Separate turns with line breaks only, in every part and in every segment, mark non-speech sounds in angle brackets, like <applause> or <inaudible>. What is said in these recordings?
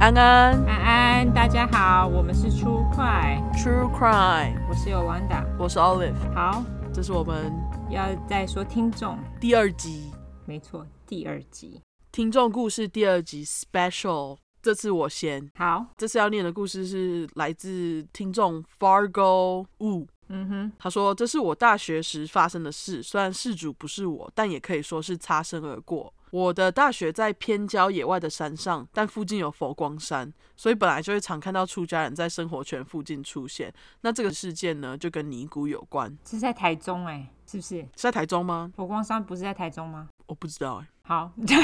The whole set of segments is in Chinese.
安安
安安，大家好，我们是出快，
True Crime，
我是尤兰达。
我是 Olive，
好，
这是我们
要再说听众，
第二集
没错，第二集。
听众故事第二集 Special。这次我先，
好，
这次要念的故事是来自听众 Fargo Wu，
嗯哼，
他说这是我大学时发生的事，虽然事主不是我，但也可以说是擦身而过。我的大学在偏郊野外的山上，但附近有佛光山，所以本来就会常看到出家人在生活圈附近出现。那这个事件呢，就跟尼姑有关，
是在台中哎、是不是？
是在台中吗？
佛光山不是在台中吗？
我不知道哎、
好， <laughs>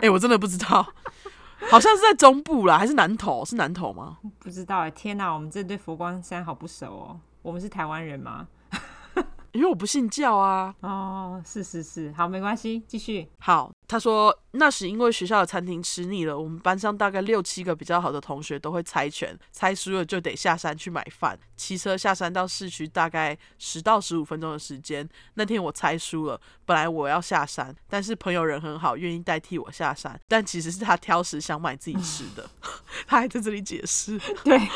哎、我真的不知道， <laughs> 好像是在中部啦，还是南投？是南投吗？
不知道哎、天哪，我们这对佛光山好不熟哦。我们是台湾人吗？
因为我不信教啊。
哦，是是是，好，没关系，继续。 <laughs>
好，他说那时因为学校的餐厅吃腻了，我们班上大概六七个比较好的同学都会猜拳，猜输了就得下山去买饭，骑车下山到市区大概十到十五分钟的时间。那天我猜输了，本来我要下山，但是朋友人很好，愿意代替我下山，但其实是他挑食想买自己吃的，他还在这里解释
对，
<laughs>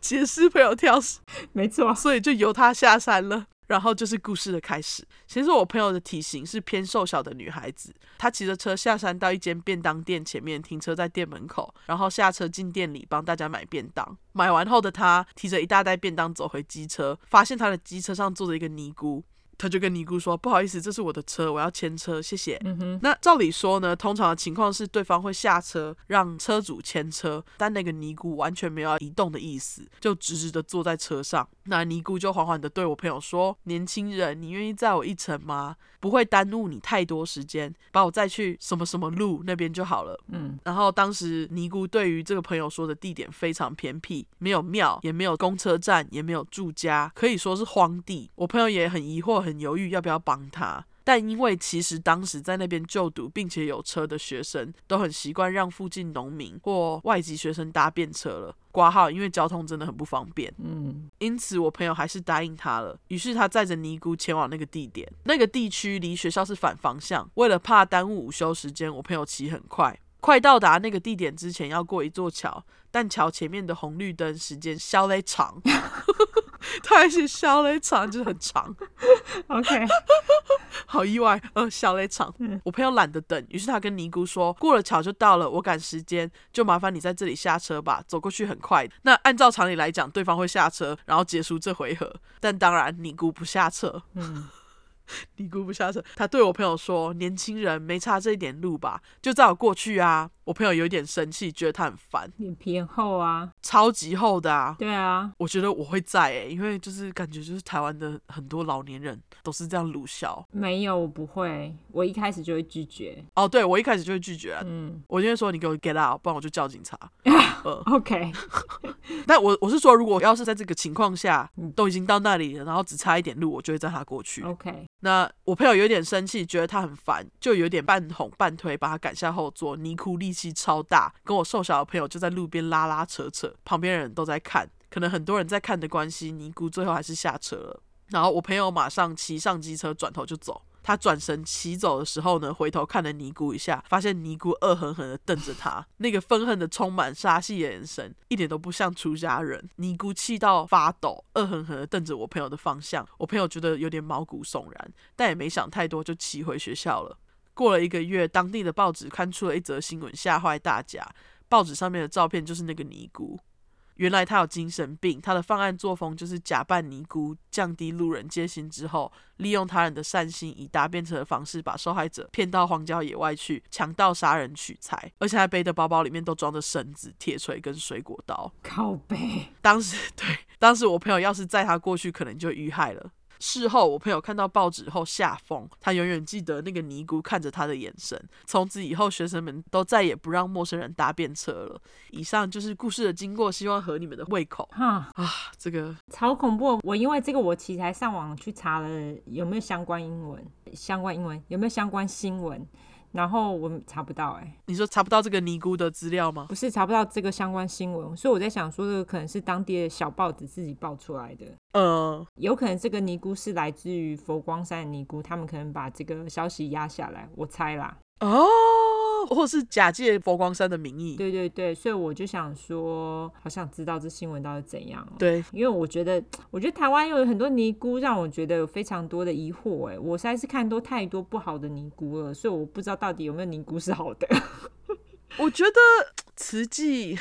解释朋友挑食。
没错，
所以就由她下山了。然后就是故事的开始。先说我朋友的体型是偏瘦小的女孩子，她骑着车下山到一间便当店前面停车在店门口，然后下车进店里帮大家买便当。买完后的她提着一大袋便当走回机车，发现她的机车上坐着一个尼姑。她就跟尼姑说：“不好意思，这是我的车，我要牵车，谢谢。”
嗯哼，
那照理说呢，通常的情况是对方会下车让车主牵车，但那个尼姑完全没有要移动的意思，就直直的坐在车上。那尼姑就缓缓的对我朋友说：“年轻人，你愿意载我一程吗？不会耽误你太多时间，把我载去什么什么路那边就好了。”
嗯，
然后当时尼姑对于这个朋友说的地点非常偏僻，没有庙，也没有公车站，也没有住家，可以说是荒地。我朋友也很疑惑，很犹豫要不要帮他。但因为其实当时在那边就读并且有车的学生，都很习惯让附近农民或外籍学生搭便车了。挂号，因为交通真的很不方便。
嗯，
因此我朋友还是答应他了。于是他载着尼姑前往那个地点，那个地区离学校是反方向。为了怕耽误午休时间，我朋友骑很快。快到达那个地点之前，要过一座桥，但桥前面的红绿灯时间稍微长， <laughs> 他还是稍微长，就是很长。
OK，
好意外，呃，小雷场。我朋友懒得等，于是他跟尼姑说，过了桥就到了，我赶时间，就麻烦你在这里下车吧，走过去很快。那按照常理来讲，对方会下车，然后结束这回合。 <laughs> 但当然，尼姑不下车，
嗯，
<laughs> 尼姑不下车。他对我朋友说：“年轻人，没差这一点路吧，就载我过去啊。”我朋友有点生气，觉得他很烦，
脸皮很厚啊，
超级厚的啊。
对啊，
我觉得我会在诶、因为就是感觉就是台湾的很多老年人都是这样鲁小
没有，我不会，我一开始就会拒绝，
哦。对我一开始就会拒绝啊，
嗯
我就会说你给我 get out，不然我就叫警察。
，OK，
但我我是说，如果要是在这个情况下
嗯哦
都已经到那里了，然后只差一点路，我就会载他过去。
OK，
那我朋友有点生气，觉得他很烦，就有点半哄半推，把他赶下后座。尼姑力气超大，跟我瘦小的朋友就在路边拉拉扯扯，旁边人都在看，可能很多人在看的关系，尼姑最后还是下车了。然后我朋友马上骑上机车，转头就走。他转身骑走的时候呢，回头看了尼姑一下，发现尼姑恶狠狠地瞪着他，那个愤恨的、充满杀气的眼神，一点都不像出家人。尼姑气到发抖，恶狠狠地瞪着我朋友的方向。我朋友觉得有点毛骨悚然，但也没想太多，就骑回学校了。过了一个月，当地的报纸刊出了一则新闻，吓坏大家。报纸上面的照片就是那个尼姑，原来她有精神病，她的犯案作风就是假扮尼姑，降低路人戒心之后，利用他人的善心，以搭便车的方式把受害者骗到荒郊野外去，强盗杀人取财，而且还背的包包里面都装着绳子、铁锤跟水果刀。
靠背，
当时对，当时我朋友要是载他过去，可能就遇害了。事后，我朋友看到报纸后吓疯，他永远记得那个尼姑看着他的眼神。从此以后，学生们都再也不让陌生人搭便车了。以上就是故事的经过，希望合你们的胃口
哈，
啊！这个
超恐怖！我因为这个，我其实还上网去查了有没有相关英文，相关英文有没有相关新闻，然后我查不到、哎，
你说查不到这个尼姑的资料吗？
不是查不到这个相关新闻，所以我在想说，这个可能是当地的小报纸自己报出来的。
呃，
有可能这个尼姑是来自于佛光山的尼姑，他们可能把这个消息压下来，我猜啦。
哦，哦，或是假借佛光山的名义，
对对对，所以我就想说，好想知道这新闻到底怎样、哦。
对，
因为我觉得，我觉得台湾有很多尼姑，让我觉得有非常多的疑惑。哎，我实在是看多太多不好的尼姑了，所以我不知道到底有没有尼姑是好的。 <laughs>
我觉得慈济，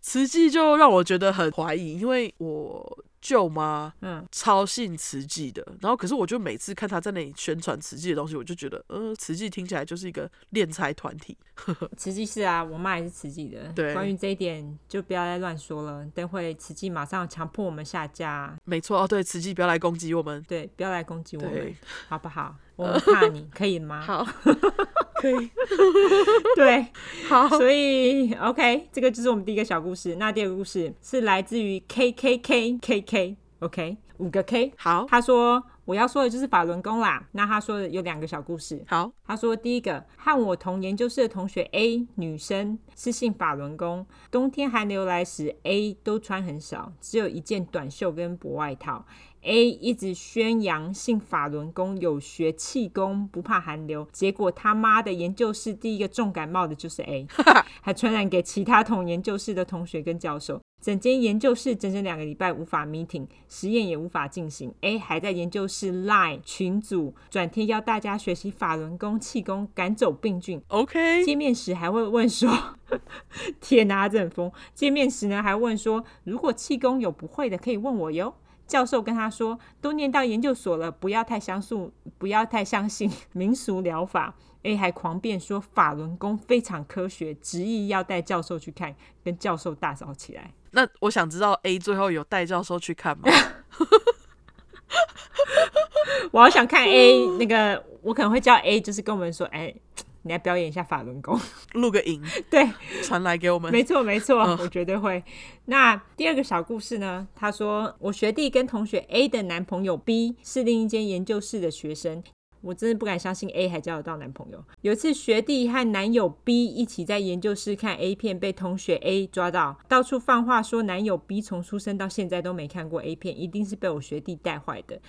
慈济就让我觉得很怀疑，因为我舅妈
嗯，
超信慈济的，然后可是我就每次看她在那里宣传慈济的东西，我就觉得，嗯、慈济听起来就是一个敛财团体。
慈济是啊，我妈也是慈济的。
对
关于这一点就不要再乱说了，等会慈济马上强迫我们下架。
没错，哦，对，慈济不要来攻击我们。
对，不要来攻击我们
对，，
好不好？ <laughs> 我们怕你，可以吗？
好， <laughs> 可以，
对，
<laughs> 好，
所以 OK，这个就是我们第一个小故事。那第二个故事是来自于 KKKKK OK 五个 K，
好，
他说我要说的就是法轮功啦。那他说的有两个小故事。
好，
他说第一个和我同研究室的同学 A 女生是信法轮功，冬天寒流来时，A 都穿很少，只有一件短袖跟薄外套。A 一直宣扬信法轮功，有学气功，不怕寒流。结果他妈的研究室第一个重感冒的就是 A，还传染给其他同研究室的同学跟教授。整间研究室整整两个礼拜无法 meeting，实验也无法进行。A 还在研究室 Line 群组转贴要大家学习法轮功气功，赶走病菌。
，OK，
<laughs> 见面时还会问说：“ <laughs> 天哪、啊，这很疯！”见面时呢还问说：“如果气功有不会的，可以问我哟。”教授跟他说：“都念到研究所了，不要太相信，不要太相信 <laughs> 民俗疗法。” A 还狂辩说法轮功非常科学，执意要带教授去看，跟教授大吵起来。
那我想知道 A 最后有带教授去看吗？
<laughs> 我好想看 A 那个，我可能会叫 A，就是跟我们说：“哎、你来表演一下法轮功。 <laughs>
录个影，”
对，
传来给我 <laughs> 们。
没错，没错，我绝对会。那第二个小故事呢？他说，我学弟跟同学 A 的男朋友 B 是另一间研究室的学生。我真的不敢相信 A 还交得到男朋友。有一次，学弟和男友 B 一起在研究室看 A 片，被同学 A 抓到，到处放话说男友 B 从出生到现在都没看过 A 片，一定是被我学弟带坏的。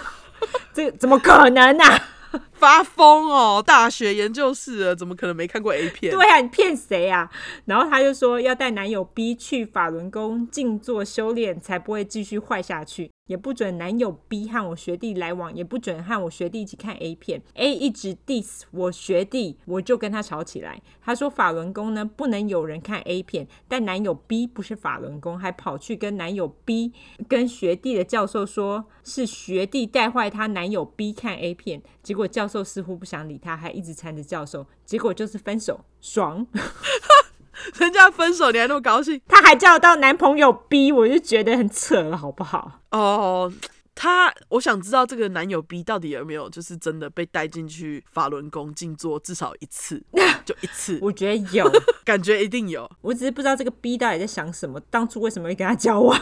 <laughs> 这怎么可能呢、啊？
发疯哦！大学研究室了，怎么可能没看过 A 片？
对啊，你骗谁啊？然后她就说要带男友 B 去法轮功静坐修炼，才不会继续坏下去。也不准男友 B 和我学弟来往，也不准和我学弟一起看 A 片。A 一直 diss 我学弟，我就跟他吵起来。他说法轮功呢不能有人看 A 片，但男友 B 不是法轮功，还跑去跟男友 B 跟学弟的教授说是学弟带坏他男友 B 看 A 片。结果教授似乎不想理他，还一直缠着教授，结果就是分手，爽。
人家分手你还那么高兴
她还交得到男朋友 B，我就觉得很扯了，好不好？
哦？他，我想知道这个男友 B 到底有没有就是真的被带进去法轮功静坐至少一
<laughs>
次，就一次，
我觉得 <laughs> 有，
感觉一定有。
我只是不知道这个 B 到底在想什么，当初为什么会跟他交 <laughs> 往，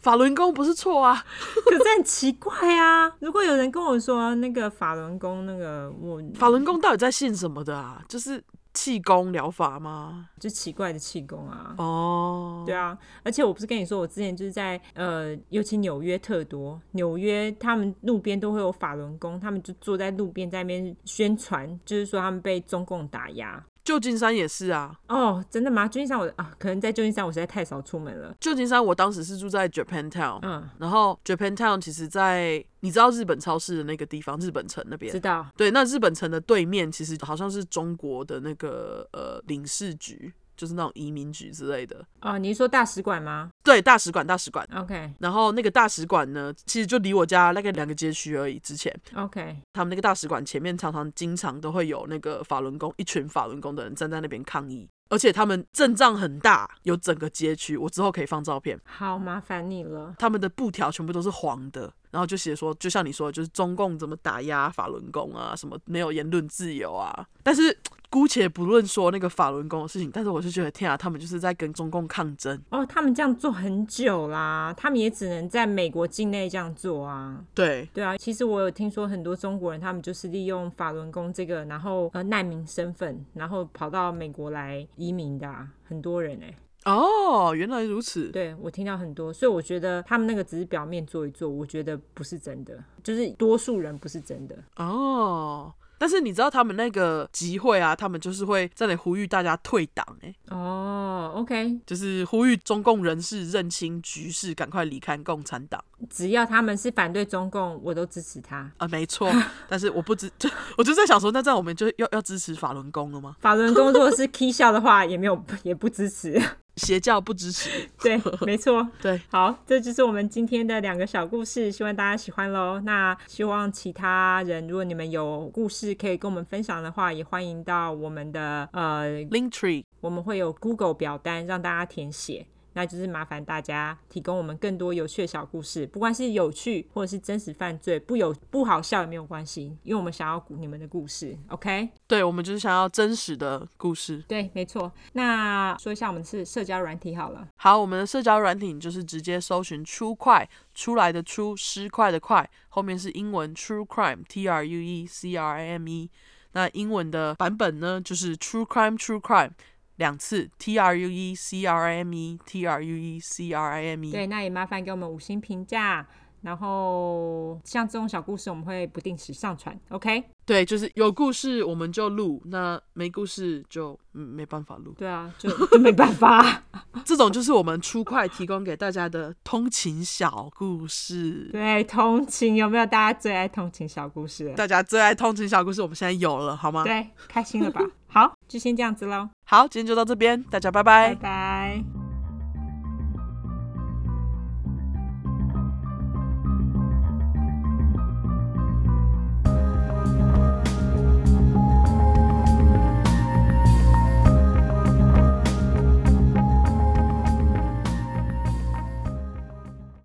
法轮功不是错啊，
可是很奇怪啊。如果有人跟我说那个法轮功，那个我
法轮功到底在信什么的啊？就是气功疗法吗？
就奇怪的气功啊。
哦，
对啊，而且我不是跟你说，我之前就是在呃，尤其纽约特多，纽约他们路边都会有法轮功，他们就坐在路边在那边宣传，就是说他们被中共打压。
旧金山也是啊。
哦，真的吗？旧金山我啊，可能在旧金山我实在太少出门了。
旧金山我当时是住在 Japan Town，、
嗯，
然后 Japan Town 其实在你知道日本超市的那个地方，日本城那边
知。道。
对，那日本城的对面其实好像是中国的那个呃领事局，就是那种移民局之类的。
哦，你是说大使馆吗
对，大使馆，大使馆。
？OK
然后那个大使馆呢，其实就离我家大概两个街区而已。之前
OK，
他们那个大使馆前面常常经常都会有那个法轮功一群法轮功的人站在那边抗议，而且他们阵仗很大，有整个街区。我之后可以放照片，
好，麻烦你了。
他们的布条全部都是黄的，然后就写说，就像你说的，就是中共怎么打压法轮功啊，什么没有言论自由啊。但是姑且不论说那个法轮功的事情，但是我是觉得，天啊，他们就是在跟中共抗争。
哦，他们这样做很久啦，他们也只能在美国境内这样做啊。
对，
对啊，其实我有听说很多中国人，他们就是利用法轮功这个，然后呃难民身份，然后跑到美国来移民的、啊，很多人哎、
哦，原来如此。
对我听到很多，所以我觉得他们那个只是表面做一做，我觉得不是真的，就是多数人不是真的。
哦，但是你知道他们那个集会啊，他们就是会在那里呼吁大家退党、欸，哎，
哦，OK，
就是呼吁中共人士认清局势，赶快离开共产党
只要他们是反对中共，我都支持他。
啊、没错。但是我不知，就我就在想说，那这样我们就要要支持法轮功了吗？
法轮功如果是 <laughs> K 笑的话，也没有也不支持。 <laughs>
邪教不支持，
对，没错。
对，
好，这就是我们今天的两个小故事，希望大家喜欢喽。那希望其他人，如果你们有故事可以跟我们分享的话，也欢迎到我们的呃，
Link Tree
我们会有 Google 表单让大家填写。那就是麻烦大家提供我们更多有趣的小故事，不管是有趣或者是真实犯罪，不有不好笑也没有关系，因为我们想要你们的故事。OK，
对我们就是想要真实的故事。
对，没错。那说一下我们是社交软体好了。
好，我们的社交软体你就是直接搜寻“出快”，出来的出，失快的快，后面是英文 “true crime”，t r u e c r i m e。那英文的版本呢，就是 “true crime true crime” 两次，t r u e c r i m e t r u e c r i m e。
对，那也麻烦给我们五星评价。然后像这种小故事，我们会不定时上传。OK，
对，就是有故事我们就录，那没故事就、嗯、没办法录。
对啊，就就没办法。
这种就是我们出快提供给大家的通勤小故事。
对，同情有没有？大家最爱同情小故事了。
大家最爱通勤小故事，我们现在有了，好吗？
对，开心了吧？好，就先这样子喽，
好，今天就到这边，大家拜
拜拜。